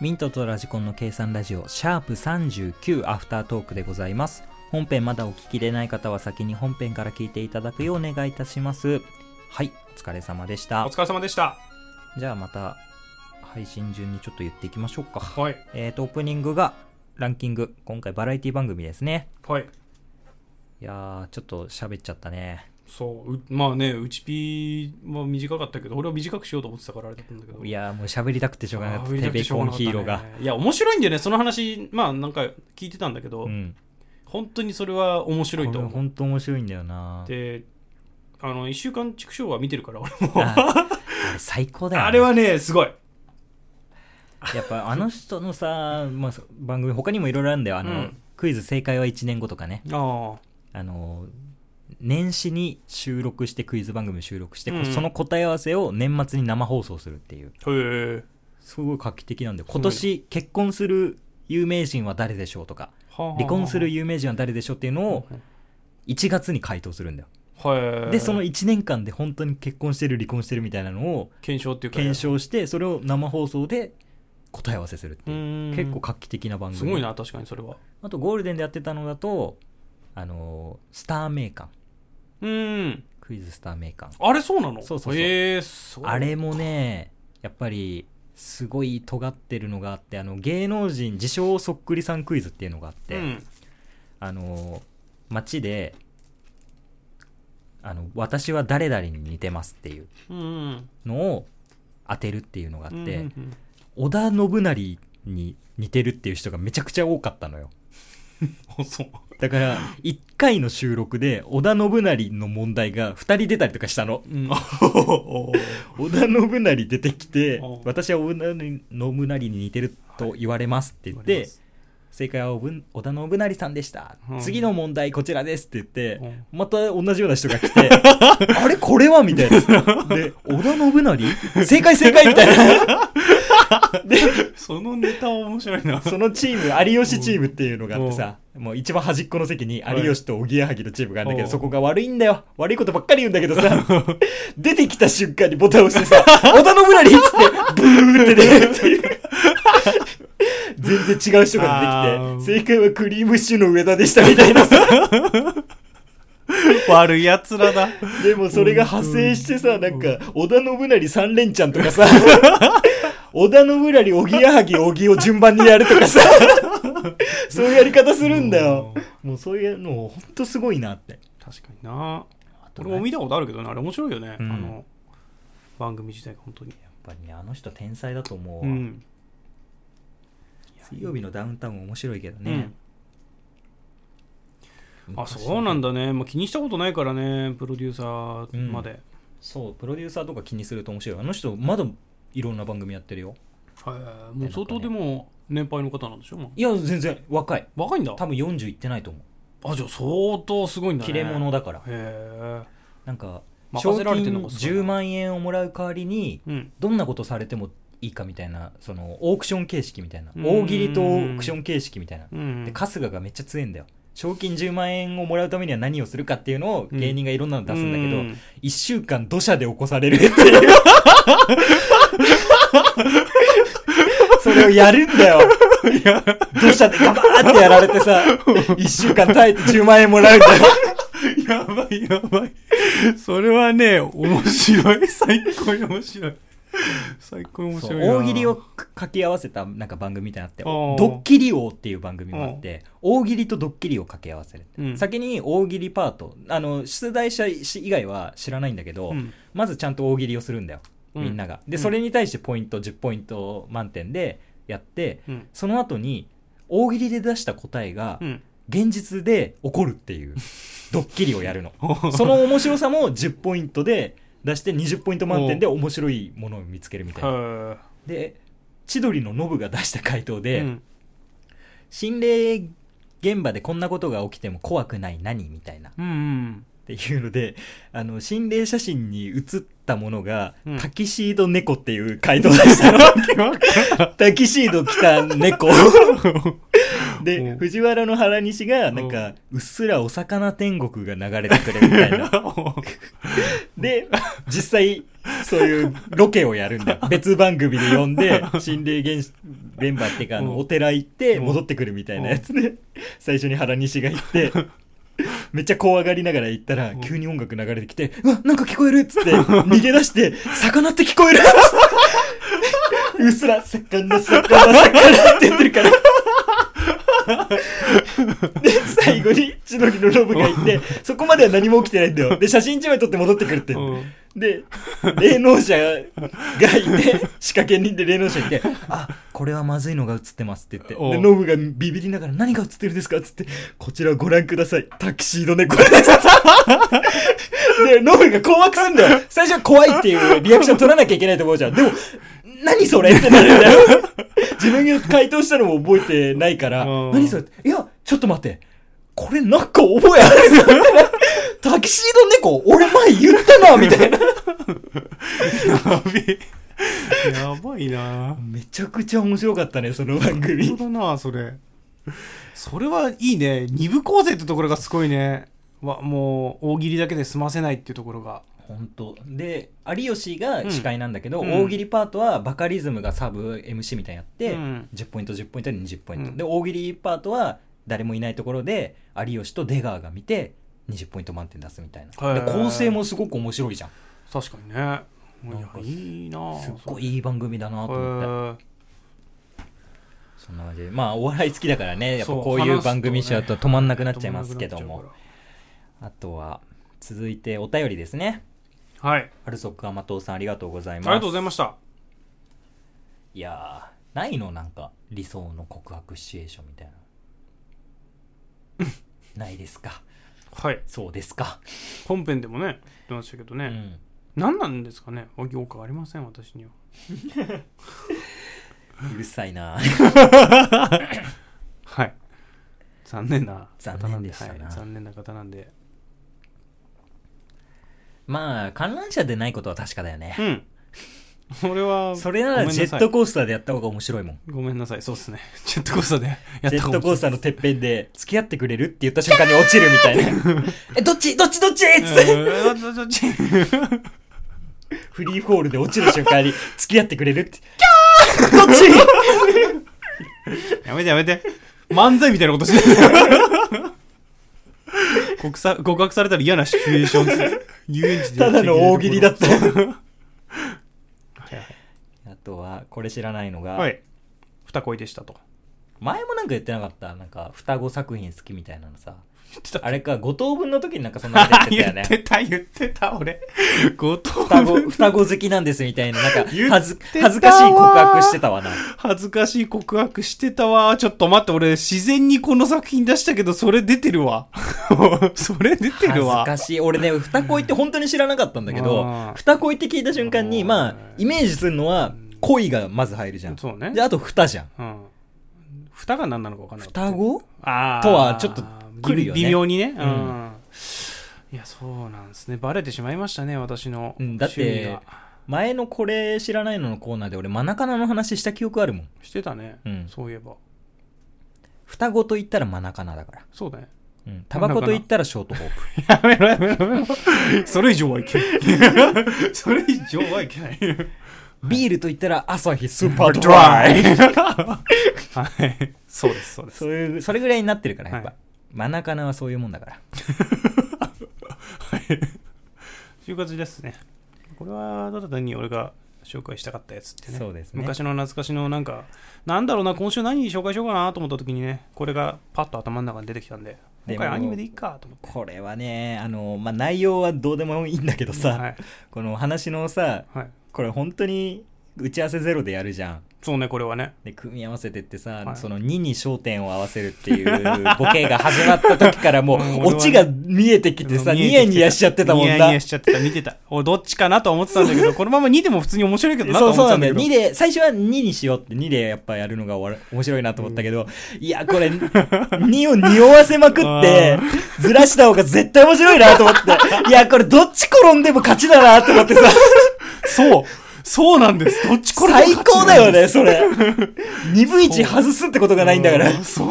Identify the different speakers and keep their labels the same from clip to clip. Speaker 1: ミントとラジコンの計算ラジオ、シャープ39アフタートークでございます。本編まだお聞きでない方は先に本編から聞いていただくようお願いいたします。はい、お疲れ様でし
Speaker 2: お
Speaker 1: た。
Speaker 2: 疲れ様でした。
Speaker 1: じゃあまた、配信順にちょっと言っていきましょうか。
Speaker 2: はい。
Speaker 1: えーと、オープニングがランキング。今回バラエティ番組ですね。
Speaker 2: はい。
Speaker 1: いやー、ちょっと喋っちゃったね。
Speaker 2: そう。うまあね、うちピーは短かったけど、俺は短くしようと思ってたからあれだったんだけど。
Speaker 1: いやー、もう喋りたくてしょうがなか
Speaker 2: あ
Speaker 1: っ
Speaker 2: ー売
Speaker 1: た。
Speaker 2: り
Speaker 1: テ
Speaker 2: たく
Speaker 1: レ
Speaker 2: てしょう
Speaker 1: コン
Speaker 2: がなかった
Speaker 1: ヒ
Speaker 2: ね
Speaker 1: ーローが。
Speaker 2: いや、面白いんだよね。その話、まあなんか聞いてたんだけど、
Speaker 1: うん。
Speaker 2: 本当にそれは面白いと
Speaker 1: これ
Speaker 2: 思
Speaker 1: 本当面白いんだよな
Speaker 2: っ。て、あの、一週間畜生は見てるから、俺も。
Speaker 1: ああれ最高だよ、ね。
Speaker 2: あれはね、すごい。
Speaker 1: やっぱあの人のさ、まあ、番組他にもいろいろあるんだよあの、
Speaker 2: うん
Speaker 1: クイズ正解は1年後とかね
Speaker 2: ああ。
Speaker 1: あの年始に収録してクイズ番組を収録して、
Speaker 2: うん
Speaker 1: その答え合わせを年末に生放送するっていう
Speaker 2: へえ。
Speaker 1: すごい画期的なんで
Speaker 2: ごい
Speaker 1: 今年結婚する有名人は誰でしょうとか離
Speaker 2: 離
Speaker 1: 婚する有名人は誰でしょうっていうのを1月に回答するんだよ
Speaker 2: はい。
Speaker 1: でその1年間で本当に結婚してる離婚してるみたいなのを
Speaker 2: 検証っていうか。
Speaker 1: 検証してそれを生放送で答え合わせするって
Speaker 2: う
Speaker 1: いう
Speaker 2: ーん。
Speaker 1: 結構画期的な番組
Speaker 2: すごいな、確かにそれは。
Speaker 1: あとゴールデンでやってたのだと、あのースター名鑑。
Speaker 2: うーん。
Speaker 1: クイズスター名鑑。
Speaker 2: あれそうなの
Speaker 1: そうそうそう
Speaker 2: へえすごい。
Speaker 1: あれもね、やっぱり、すごい尖ってるのがあって、あの、芸能人自称そっくりさんクイズっていうのがあって、
Speaker 2: うん。
Speaker 1: あのー街で、あの、私は誰々に似てますっていう
Speaker 2: うんうん。
Speaker 1: のを当てるっていうのがあって、
Speaker 2: うんうんうん
Speaker 1: 織田信成に似てるっていう人がめちゃくちゃ多かったのよ。
Speaker 2: あそう
Speaker 1: だから、1回の収録で、織田信成の問題が2人出たりとかしたの。
Speaker 2: うん、お
Speaker 1: 織田信成出てきて
Speaker 2: おう、
Speaker 1: 私は織田信成に似てると言われますって言って、正解は織田信成さんでした、
Speaker 2: うん
Speaker 1: 次の問題こちらですって言って、
Speaker 2: うん
Speaker 1: また同じような人が来 て、あれこれはみたいな。で、織田信成正解正解みたいな。
Speaker 2: そのネタ面白いな。
Speaker 1: そのチーム、有吉チームっていうのがあってさ、もう一番端っこの席に有吉とおぎやはぎのチームがあるんだけ
Speaker 2: お
Speaker 1: ど、
Speaker 2: う
Speaker 1: そこが悪いんだよ。悪いことばっかり言うんだけどさ、出てきた瞬間にボタン押して さ、織田信成っつって、ブーって出るっていう。全然違う人
Speaker 2: あ
Speaker 1: が
Speaker 2: ー
Speaker 1: 出てきて、正解はクリームシチューの上田でしたみたいなさ。
Speaker 2: 悪い奴らだ。
Speaker 1: でもそれが派生してさ、なんか、織田信成三連チャンとか さ、織田信成、おぎやはぎ、おぎを順番にやるとかさ、 そういうやり方するんだよ。もうそういうの、ほんとすごいなって。
Speaker 2: 確かにな。
Speaker 1: とね
Speaker 2: 俺も見たことあるけどね、あれ面白いよね。
Speaker 1: うん
Speaker 2: あの番組自体が本当に。
Speaker 1: やっぱりね、あの人天才だと思
Speaker 2: う
Speaker 1: わ
Speaker 2: ん。
Speaker 1: 水曜日のダウンタウン面白いけど
Speaker 2: うんあ、そうなん
Speaker 1: だ。
Speaker 2: だね。まあ、気にしたことないからね、プロデューサーまで。
Speaker 1: そう、プロデューサーとか気にすると面白い。あの人、まだいろんな番組やってるよ。
Speaker 2: へえもう相当でも年配の方なんでしょ、もう
Speaker 1: いや、全然若い。
Speaker 2: 若いんだ。
Speaker 1: 多分40いってないと思う。
Speaker 2: あ、じゃあ相当すごいんだね。
Speaker 1: 切れ者だから
Speaker 2: へ。え。
Speaker 1: なんか賞
Speaker 2: 任
Speaker 1: 金
Speaker 2: せられてんのかそれ
Speaker 1: 10万円をもらう代わりに
Speaker 2: うん。
Speaker 1: どんなことされてもいいかみたいなそのオークション形式みたいな
Speaker 2: うん
Speaker 1: 大喜利とオークション形式みたいな
Speaker 2: うん。
Speaker 1: で春日がめっちゃ強いんだよ賞金10万円をもらうためには何をするかっていうのを
Speaker 2: うん
Speaker 1: 芸人がいろんなの出すんだけど、
Speaker 2: うん
Speaker 1: 1週間土砂で起こされるって いうそれをやるんだよ土砂でガバーってやられてさ1週間耐えて10万円もらうんだよ
Speaker 2: やばいやばい。それはね、面白い。 最高に面白い。最高に面
Speaker 1: そ
Speaker 2: 白
Speaker 1: う
Speaker 2: いな。
Speaker 1: 大喜利を掛け合わせたなんか番組みたいなのあって「
Speaker 2: おー
Speaker 1: ドッキリ王」っていう番組もあって大喜利とドッキリを掛け合わせる、
Speaker 2: うん
Speaker 1: 先に大喜利パートあの出題者以外は知らないんだけど、
Speaker 2: うん
Speaker 1: まずちゃんと大喜利をするんだよみんなが、で
Speaker 2: うん
Speaker 1: それに対してポイント10ポイント満点でやって
Speaker 2: うん。
Speaker 1: その後に大喜利で出した答えが
Speaker 2: うん。
Speaker 1: 現実で起こるって いうドッキリをやるのその面白さも10ポイントで出して20ポイント満点で面白いものを見つけるみたいな
Speaker 2: は
Speaker 1: で千鳥のノブが出した回答
Speaker 2: い。
Speaker 1: で、
Speaker 2: うん
Speaker 1: 心霊現場でこんなことが起きても怖くない何みたいなっ
Speaker 2: うんうん。
Speaker 1: ていうのであの心霊写真に写ったものが、
Speaker 2: うん
Speaker 1: タキシード猫っていう回答でしたの タキシード着た猫
Speaker 2: う
Speaker 1: で
Speaker 2: ん
Speaker 1: 藤原の原西がなんかうっすらお魚天国が流れてくるみたいなで、 実際、そういうロケをやるんだよ。別番組で呼んで、心霊現メンバーっていうか、あ
Speaker 2: う
Speaker 1: の、
Speaker 2: ん
Speaker 1: お寺行って戻ってくるみたいなやつね。最初に原西が行って、 めっちゃ怖がりながら行ったら、急に音楽流れてきて、うわ、なんか聞こえるっつって、逃げ出して、魚って聞こ えるうっすら、魚、魚、魚って言ってる から。で、最後に、千鳥のロブがいて、そこまでは何も起きてないんだよ。で、写真一枚撮って戻ってくるって。
Speaker 2: うん
Speaker 1: で、霊能者がいて、仕掛け人で霊能者いて、あ、これはまずいのが映ってますって言って、
Speaker 2: おう
Speaker 1: で、ノブがビビりながら何が映ってるんですかっつって、こちらをご覧ください。タキシード猫です。 で、ノブが困惑すんだよ。最初は怖いっていうリアクション取らなきゃいけないと思うじゃん。でも、何それってなるんだよ。自分が回答したのも覚えてないから、
Speaker 2: うん
Speaker 1: 何それっていや、ちょっと待って。これなんか覚えあるぞってなタキシード猫、俺前言ったな、みたいな。
Speaker 2: やべえやばいな
Speaker 1: めちゃくちゃ面白かったね、その番組
Speaker 2: 本。当だなそれそれはいいね二部構成ってところがすごいねわもう大喜利だけで済ませないっていうところが
Speaker 1: 本当で、有吉が司会なんだけど、
Speaker 2: うん
Speaker 1: 大喜利パートはバカリズムがサブ MC みたいなやって、
Speaker 2: うん
Speaker 1: 10ポイント、10ポイント、20ポイント。
Speaker 2: うん
Speaker 1: で、大喜利パートは誰もいないところで、有吉と出川が見て、20ポイント満点出すみたいな。
Speaker 2: へ
Speaker 1: で
Speaker 2: ー
Speaker 1: 構成もすごく面白いじゃん。
Speaker 2: 確かにねもうい
Speaker 1: なん
Speaker 2: や
Speaker 1: か
Speaker 2: いいな
Speaker 1: すっご
Speaker 2: い
Speaker 1: いいい番組だなと思って。
Speaker 2: や
Speaker 1: そんな感じで。まあ、お笑い好きだからね、やっぱこういう番組しちゃうと止まんなくなっちゃいますけども。あとは、続いてお便りですね。
Speaker 2: はいあり
Speaker 1: アルソックアマトーさんありがとうございます。
Speaker 2: がとうございました
Speaker 1: いやー、ないのなんか、理想の告白シチュエーションみたいな。 ないですか。
Speaker 2: はい
Speaker 1: そうですか。
Speaker 2: 本編でもね言ってましたけど
Speaker 1: う
Speaker 2: ね、
Speaker 1: ん。
Speaker 2: 何なんですかねよくありません私には
Speaker 1: うるさいな
Speaker 2: はい残念な方な
Speaker 1: 残念
Speaker 2: ん
Speaker 1: でしたな
Speaker 2: はい、残念な方なんで
Speaker 1: まあ、観覧車でないことは確かだよね
Speaker 2: う。ん俺は
Speaker 1: それならジェットコースターでやった方が面白いもん。
Speaker 2: ごめんなさいそうっすね ジェットコースターでや
Speaker 1: ジェットコースターの
Speaker 2: ー
Speaker 1: てっぺんで、付き合ってくれるって言った瞬間に落ちるみたい な。え、どっちどっちどっちっつって。フリーフォールで落ちる瞬間に、付き合ってくれるって。キャー どっち
Speaker 2: やめてやめて漫才みたいなことしてる 告さ告白されたら嫌なシチュエーションです遊園地で
Speaker 1: ただの大喜利だった。
Speaker 2: はい
Speaker 1: あとは、これ知らないのが、
Speaker 2: はい、はい、二恋でしたと
Speaker 1: 前もなんか言ってなかったなんか、双子作品好きみたいなのさ。
Speaker 2: 言ってた
Speaker 1: あれか、五等分の時になんかそんなこと言ってたよ
Speaker 2: 言
Speaker 1: ね。
Speaker 2: ってた言ってた俺後藤
Speaker 1: 双子、双子好きなんですみたいな、なんか、
Speaker 2: 言ってたわ
Speaker 1: 恥ず、恥ずかしい告白してたわな。
Speaker 2: 恥ずかしい告白してたわちょっと待って俺自然にこの作品出したけどそれ出てるわ それ出て
Speaker 1: 恥ず
Speaker 2: るわ
Speaker 1: かしい。俺ね、双恋って本当に知らなかったんだけど
Speaker 2: うん、
Speaker 1: 双恋って聞いた瞬間に、
Speaker 2: うん
Speaker 1: まあ、イメージするのは、恋がまず入るじゃん。
Speaker 2: そうね
Speaker 1: で、あと蓋じゃん。
Speaker 2: うん蓋が何なのか分かんない
Speaker 1: 双子
Speaker 2: あー
Speaker 1: とはちょっと来るよね
Speaker 2: 微微妙にねうん、
Speaker 1: う
Speaker 2: いやそうなんですねバレてしまいましたね私の
Speaker 1: うんだって
Speaker 2: 趣味が
Speaker 1: 前のこれ知らないののコーナーで俺、マナカナの話した記憶あるもん。
Speaker 2: してたね、
Speaker 1: うん
Speaker 2: そういえば
Speaker 1: 双子と言ったらマナカナだから。
Speaker 2: そうだね
Speaker 1: うん。タバコと言ったらショートホープ。
Speaker 2: やめろやめろやめろそれ以上はいけない それ以上はいけ ない
Speaker 1: ビールと言ったら朝 日スーパ
Speaker 2: パ
Speaker 1: ー
Speaker 2: ー
Speaker 1: ド
Speaker 2: ド
Speaker 1: ラ
Speaker 2: ラ
Speaker 1: イ
Speaker 2: イ。はい。そうです、そうで
Speaker 1: そ
Speaker 2: す。
Speaker 1: ういう、それぐらいになってるから、やっぱ。
Speaker 2: はい
Speaker 1: マナカナはそういうもんだから。
Speaker 2: という感じですね。これは、ただ単に俺が紹介したかったやつってね。
Speaker 1: そうですね
Speaker 2: 昔の懐かしの、なんか、なんだろうな、今週何紹介しようかなと思った時にね、これがパッと頭の中に出てきたんで、
Speaker 1: で
Speaker 2: 今回アニメでいいかと思って。
Speaker 1: これはね、あの、まあ、内容はどうでもいいんだけどさ、
Speaker 2: はい。
Speaker 1: この話のさ、
Speaker 2: はい。
Speaker 1: これ本当に打ち合わせゼロでやるじゃん。
Speaker 2: そうね、これはね。
Speaker 1: で、組み合わせてってさ、
Speaker 2: はい
Speaker 1: その2に焦点を合わせるっていうボケが始まった時からも
Speaker 2: もう
Speaker 1: う、オチが見えてきてさ、ニヤニヤしちゃってたもん
Speaker 2: ニ
Speaker 1: な。
Speaker 2: ヤニヤしちゃってた、見てた。俺、どっちかなと思ってたんだけど、このまま2でも普通に面白いけどな と
Speaker 1: そ
Speaker 2: 思
Speaker 1: うそうなん
Speaker 2: ってたん
Speaker 1: だ
Speaker 2: だ
Speaker 1: よ。
Speaker 2: けど。
Speaker 1: 2で、最初は2にしようって、2でやっぱやるのがおわら面白いなと思ったけど、いや、これ、2を匂わせまくって
Speaker 2: あ、
Speaker 1: ずらした方が絶対面白いなと思って、いや、これどっち転んでも勝ちだなと思ってさ、
Speaker 2: そうそうなんです。どっ ちこれ
Speaker 1: 最高だよね、そ れ。2分1外すってことがないんだから、
Speaker 2: うそう。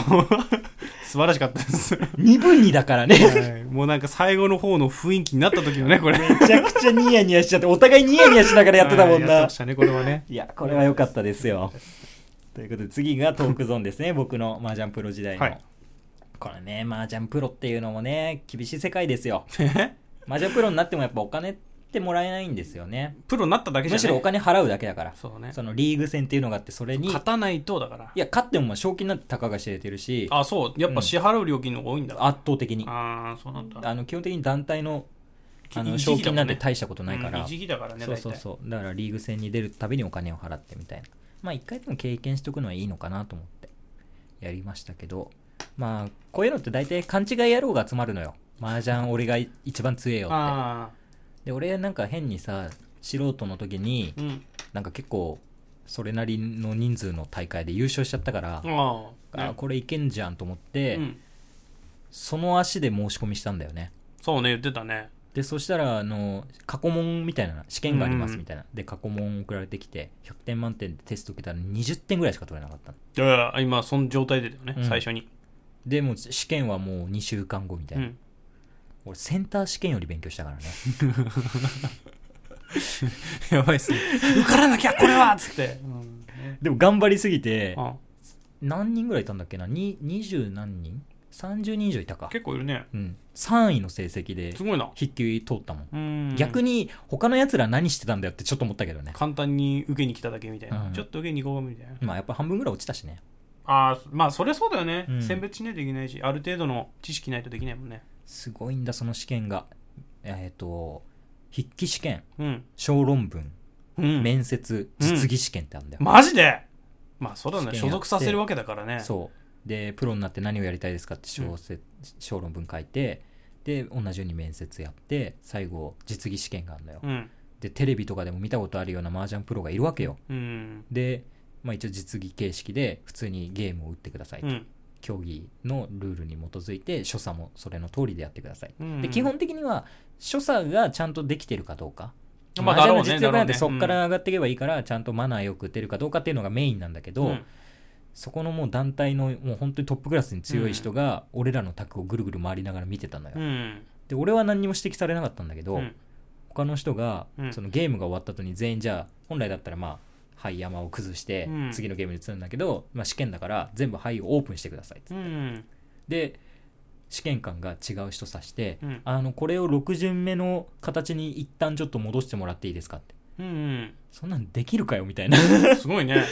Speaker 2: 素晴らしかったです。
Speaker 1: 2分2だからね。
Speaker 2: はいもうなんか最後の方の雰囲気になった時の ね、これ。
Speaker 1: めちゃくちゃニヤニヤしちゃって、お互いニヤニヤしながらやってたもん
Speaker 2: はいやって
Speaker 1: な
Speaker 2: まし。たね、これはね。
Speaker 1: いや、これは良かったですよ。ということで次がトークゾーンですね僕の麻雀プロ時代の、
Speaker 2: はい
Speaker 1: これね麻雀プロっていうのもね厳しい世界ですよ
Speaker 2: え
Speaker 1: 麻雀プロになってもやっぱお金ってもらえないんですよね
Speaker 2: プロになっただけじゃ
Speaker 1: む
Speaker 2: ね
Speaker 1: しろお金払うだけだから
Speaker 2: そうね
Speaker 1: そのリーグ戦っていうのがあってそれに
Speaker 2: 勝たないとだから
Speaker 1: いや勝ってもまあ賞金なんてたかが知れてるし
Speaker 2: あそうやっぱ支払う料金の方が多いんだ、あ
Speaker 1: 圧倒的に
Speaker 2: あーそうなんだ
Speaker 1: あの基本的に団体のあの
Speaker 2: 一時
Speaker 1: 賞
Speaker 2: 期だ
Speaker 1: 金
Speaker 2: も
Speaker 1: なん
Speaker 2: ね
Speaker 1: んて大したことないから、
Speaker 2: うん一時期だからね
Speaker 1: そうそうそうだからリーグ戦に出るたびにお金を払ってみたいなまあ一回でも経験しとくのはいいのかなと思ってやりましたけどまあこういうのって大体勘違い野郎が集まるのよ麻雀俺が一番強えよ
Speaker 2: 大体
Speaker 1: って
Speaker 2: あ
Speaker 1: で俺なんか変にさ素人の時に
Speaker 2: あうん
Speaker 1: なんか結構それなりの人数の大会で優勝しちゃったから、
Speaker 2: ああ、
Speaker 1: あ
Speaker 2: ね
Speaker 1: これいけんじゃんと思って、
Speaker 2: うん、
Speaker 1: その足で申し込みしたんだよね
Speaker 2: そうね言ってたね
Speaker 1: でそしたらあの過去問みたいな試験がありま
Speaker 2: う
Speaker 1: す
Speaker 2: ん
Speaker 1: みたいな、で過去問送られてきて100点満点でテスト受けたら20点ぐらいしか取れなかったの
Speaker 2: いやいや今その状態でだよね、
Speaker 1: うん
Speaker 2: 最初に、
Speaker 1: でもう試験はもう2週間後みた
Speaker 2: う
Speaker 1: いな、
Speaker 2: ん、
Speaker 1: 俺センター試験より勉強したからね
Speaker 2: やばいっすね受からなきゃこれはっつっ て、うんね
Speaker 1: でも頑張りすぎて
Speaker 2: あ
Speaker 1: 何人ぐらいいたんだっけなに20何人 ?30 人以上いたか
Speaker 2: 結構いるね
Speaker 1: うん3位の成績です
Speaker 2: ごいな
Speaker 1: 筆記通ったもん、
Speaker 2: うん
Speaker 1: 逆
Speaker 2: に
Speaker 1: に他のやつら何してたんだよってちょっと思ったけどね
Speaker 2: 簡単に受けに来ただけみたいな、
Speaker 1: うん
Speaker 2: ちょっと受けに行こうみたいな
Speaker 1: まあやっぱ半分ぐらい落ちたしね
Speaker 2: ああまあそりゃそうだよね、
Speaker 1: うん
Speaker 2: 選別しないといけないしある程度の知識ないとできないもんね
Speaker 1: すごいんだその試験がえっ、と筆記試験
Speaker 2: うん、
Speaker 1: 小論文
Speaker 2: うん、
Speaker 1: 面接
Speaker 2: うん
Speaker 1: 実技試験ってあるんだよ、
Speaker 2: マジでまあそうだ
Speaker 1: 試験やっ
Speaker 2: ね
Speaker 1: て
Speaker 2: 所属させるわけだからね
Speaker 1: そうでプロになって何をやりたいですかって小説、小論文書いてで同じように面接やって最後実技試験があるんだよ、
Speaker 2: うん
Speaker 1: でテレビとかでも見たことあるような麻雀プロがいるわけよ
Speaker 2: うん
Speaker 1: で、まあ、一応実技形式で普通にゲームを打ってくださいと、
Speaker 2: うん
Speaker 1: 競技のルールに基づいて所作もそれの通りでやってください、
Speaker 2: うん
Speaker 1: で基本的には所作がちゃんとできてるかどうか
Speaker 2: まあ
Speaker 1: 麻雀
Speaker 2: だろう
Speaker 1: の
Speaker 2: ね
Speaker 1: 実力なんて
Speaker 2: だ
Speaker 1: そ
Speaker 2: ろうね
Speaker 1: こから上がっていけばいいからちゃんとマナーよく打てるかどうかっていうのがメインなんだけど、
Speaker 2: うん
Speaker 1: そこのもう団体のもう本当にトップクラスに強い人が俺らの卓をぐるぐる回りながら見てたのよ、
Speaker 2: うん
Speaker 1: で俺は何にも指摘されなかったんだけど、
Speaker 2: うん
Speaker 1: 他の人が
Speaker 2: うん
Speaker 1: そのゲームが終わった後に全員じゃあ本来だったらまあはい山を崩して
Speaker 2: うん
Speaker 1: 次のゲームに移るんだけど、まあ、試験だから全部はいをオープンしてくださいっつって
Speaker 2: うん
Speaker 1: で試験官が違う人指して、
Speaker 2: うん
Speaker 1: あのこれを6巡目の形に一旦ちょっと戻してもらっていいですかって
Speaker 2: うん
Speaker 1: そんなんできるかよみたいな
Speaker 2: うんすごいね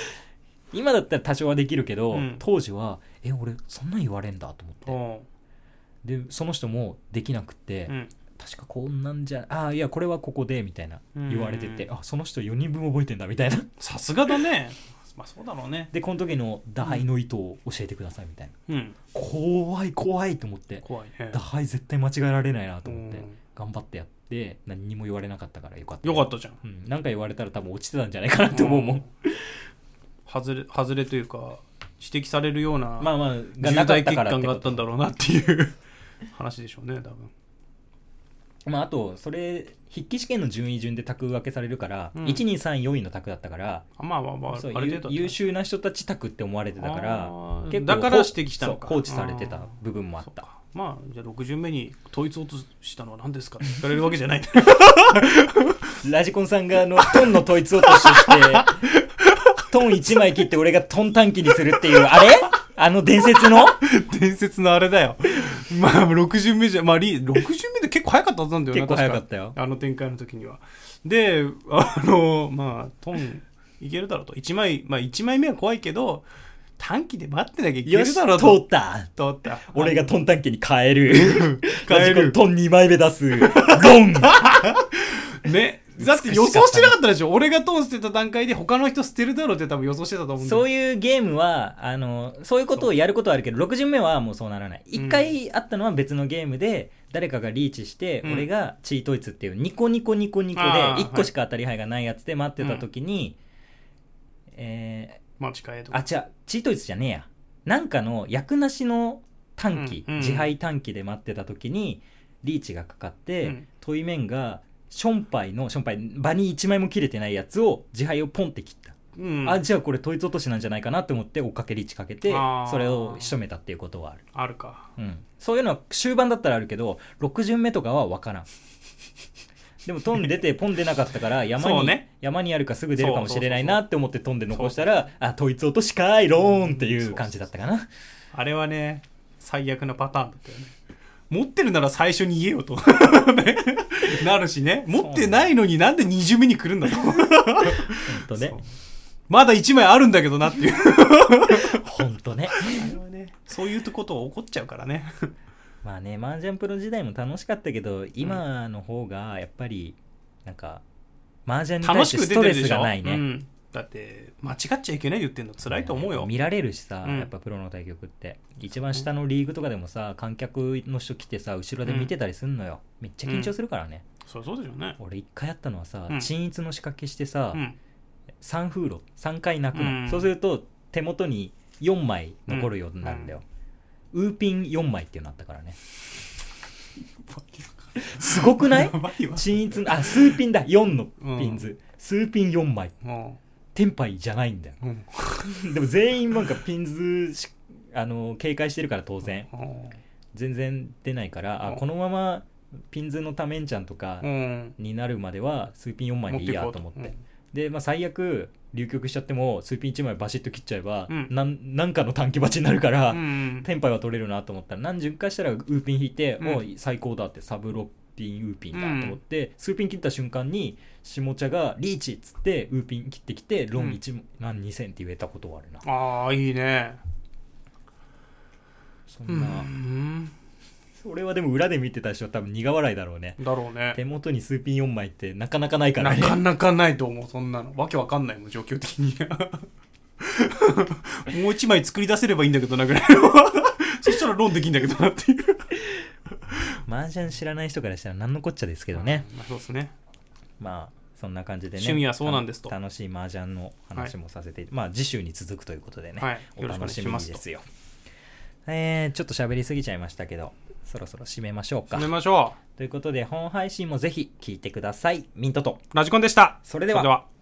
Speaker 1: 今だったら多少はできるけど、
Speaker 2: うん
Speaker 1: 当時はえ俺そんなん言われんだと
Speaker 2: お
Speaker 1: 思っ
Speaker 2: う
Speaker 1: てでその人もできなくって、
Speaker 2: うん
Speaker 1: 確かこんなんじゃああいやこれはここでみたいな
Speaker 2: うん
Speaker 1: 言われてて、あその人4人分覚えてんだみたいな
Speaker 2: さすがだねまあそうだろうね
Speaker 1: でこの時の打牌の意図を教えてくださいみたいな、
Speaker 2: うん
Speaker 1: 怖い怖いと思って
Speaker 2: 怖いね
Speaker 1: 打牌絶対間違えられないなと思って
Speaker 2: うん
Speaker 1: 頑張ってやって何にも言われなかったからよかった
Speaker 2: よかったじゃん
Speaker 1: うん、なんか言われたら多分落ちてたんじゃないかなと思うもん、
Speaker 2: 外れ外れというか指摘されるような
Speaker 1: まあまあが
Speaker 2: 重
Speaker 1: なか
Speaker 2: 大
Speaker 1: った
Speaker 2: 欠
Speaker 1: からっ
Speaker 2: 陥
Speaker 1: て
Speaker 2: が
Speaker 1: こ
Speaker 2: あった
Speaker 1: と
Speaker 2: んだろうなっていう話でしょうね多分
Speaker 1: まああとそれ筆記試験の順位順で卓分けされるから、
Speaker 2: うん
Speaker 1: 123 4位の卓だったから
Speaker 2: あまあまあまあある
Speaker 1: そう
Speaker 2: 程度だったね
Speaker 1: 優秀な人たち卓って思われてたから
Speaker 2: あー
Speaker 1: 結構
Speaker 2: だから指摘したのか
Speaker 1: そう放置されて
Speaker 2: あー
Speaker 1: た部分もあっ
Speaker 2: そう
Speaker 1: た
Speaker 2: かまあじゃあ6巡目に統一をとしたのは何ですかって聞かれるわけじゃない
Speaker 1: ラジコンさんがあの、トンの統一落とし して、トン1枚切って俺がトン短期にするっていう、あれあの伝説の
Speaker 2: 伝説のあれだよ まあ6巡目じゃまあリ6巡目で結構早かったはずなんだよな
Speaker 1: 結構早かっ
Speaker 2: 確
Speaker 1: たよ。
Speaker 2: あの展開の時にはであのまあトンいけるだろうと1枚まあ1枚目は怖いけど短期で待ってなきゃいけ
Speaker 1: よ
Speaker 2: る
Speaker 1: し、
Speaker 2: だろう
Speaker 1: 通
Speaker 2: と
Speaker 1: った
Speaker 2: 通った
Speaker 1: 俺がトン短期に変え る。
Speaker 2: 変
Speaker 1: ラ
Speaker 2: え
Speaker 1: ジ
Speaker 2: る
Speaker 1: コントン2枚目出 す。ロン
Speaker 2: ねだって予想してなかったでしょ俺がトン捨てた段階で他の人捨てるだろうって多分予想してたと思うんだよ
Speaker 1: そういうゲームは、あの、そういうことをやることはあるけど、6巡目はもうそうならない。
Speaker 2: ん
Speaker 1: 1回あったのは別のゲームで、誰かがリーチして、
Speaker 2: うん
Speaker 1: 俺がチートイツっていうニコニコニコニコで、
Speaker 2: あー
Speaker 1: 1個しか当たり牌がないやつで待ってた時に、えー、
Speaker 2: 間違えと
Speaker 1: あ、
Speaker 2: か
Speaker 1: 違う、チートイツじゃねえや。なんかの役なしの短期、
Speaker 2: うんうん
Speaker 1: 自敗短期で待ってた時に、リーチがかかって、
Speaker 2: うん
Speaker 1: トイメンが、ションパイの、ションパイ、場に1枚も切れてないやつを、自敗をポンって切った。
Speaker 2: うん
Speaker 1: あ、じゃあこれトイツ落としなんじゃないかなって思って、追っかけリーチかけて
Speaker 2: あ、ー
Speaker 1: それを仕留めたっていうことはある。
Speaker 2: あるか
Speaker 1: うん。そういうのは終盤だったらあるけど、6巡目とかは分からん。 でも飛んでてポン出なかった から山
Speaker 2: そう
Speaker 1: に、
Speaker 2: ね
Speaker 1: 山にあるかすぐ出るかもしれないなって思って飛んで残したらあ統一落としかーいローンっていう感じだったかな
Speaker 2: あれはね、最悪なパターンだったよね。持ってるなら最初に言えよ と。ねなるしね。持ってないのになんで2巡目に来るんだと。
Speaker 1: 本当ね
Speaker 2: まだ1枚あるんだけどなっていう。
Speaker 1: 本当ね
Speaker 2: そういうことは起こっちゃうからね。
Speaker 1: まあね麻雀プロ時代も楽しかったけど今の方がやっぱりなんか麻雀に対
Speaker 2: 楽
Speaker 1: し
Speaker 2: してく
Speaker 1: ス
Speaker 2: 出
Speaker 1: ト
Speaker 2: て
Speaker 1: レ
Speaker 2: るで
Speaker 1: ス
Speaker 2: し
Speaker 1: が
Speaker 2: ょ。
Speaker 1: ないね、
Speaker 2: うんだって、間違っちゃいけない言ってんの辛いと思うよ。
Speaker 1: 見られるしさ、
Speaker 2: うん
Speaker 1: やっぱプロの対局って一番下のリーグとかでもさ観客の人来てさ後ろで見てたりすんのよ、めっちゃ緊張するからね、
Speaker 2: そりゃそうでしょうね。
Speaker 1: 俺一回やったのはさ、
Speaker 2: うん
Speaker 1: 鎮一の仕掛けしてさ、
Speaker 2: うん。
Speaker 1: 3風呂3回泣くの、
Speaker 2: うん
Speaker 1: そうすると手元に4枚残るようになるんだよ、ウーピン4枚っていうのあったからねすごくな
Speaker 2: や
Speaker 1: い
Speaker 2: ばいわ。
Speaker 1: 鎮一のあスーピンだ4の
Speaker 2: うん
Speaker 1: ピンズ、スーピン4枚
Speaker 2: も
Speaker 1: テンパイじゃないんだよ
Speaker 2: ううん。
Speaker 1: でも全員なんかピンズしあの警戒してるから当然
Speaker 2: うん
Speaker 1: 全然出ないからあ
Speaker 2: うん
Speaker 1: このままピンズのタメンちゃんとか
Speaker 2: うん。
Speaker 1: になるまではスーピン4枚でいいやと思ってで、まあ、最悪流局しちゃってもスーピン1枚バシッと切っちゃえば、
Speaker 2: うん
Speaker 1: なんなんかの短期バチになるから、
Speaker 2: うん。
Speaker 1: テンパイは取れるなと思ったら何十回したらウーピン引いて、
Speaker 2: うん
Speaker 1: もう最高だってサブロッピンウーピンだと思って、スーピン切った瞬間に下茶がリーチっつってウーピン切ってきてロン1万2000って言えたことはあるな、
Speaker 2: ああ、いいね。
Speaker 1: そ
Speaker 2: うん
Speaker 1: な、
Speaker 2: ん。
Speaker 1: それはでも裏で見てた人は多分苦笑いだろうね
Speaker 2: だろうね。
Speaker 1: 手元にスーピン4枚ってなかなかないから
Speaker 2: な
Speaker 1: ね
Speaker 2: かなかないと思う、そんなの。わけわかんないもん、状況 的に。もう一枚作り出せればいいんだけどなぐらいの。 そしたらローンできんだけどなっていう。
Speaker 1: 麻雀知らない人からしたら何のこっちゃですけどね、
Speaker 2: まあ、そうですね。
Speaker 1: まあそんな感じでね
Speaker 2: 趣味はそうなんですと
Speaker 1: た楽しい麻雀の話もさせて、まあ次週に続くということでね、
Speaker 2: はい
Speaker 1: お
Speaker 2: よろしくお願
Speaker 1: 楽し
Speaker 2: いし
Speaker 1: みに
Speaker 2: ますと
Speaker 1: ですよえー、ちょっと喋りすぎちゃいましたけどそろそろ締めましょうか
Speaker 2: 締めましょ
Speaker 1: ということで本配信もぜひ聞いてくださいミントと
Speaker 2: う。ラジコンでした。
Speaker 1: それでは
Speaker 2: それでは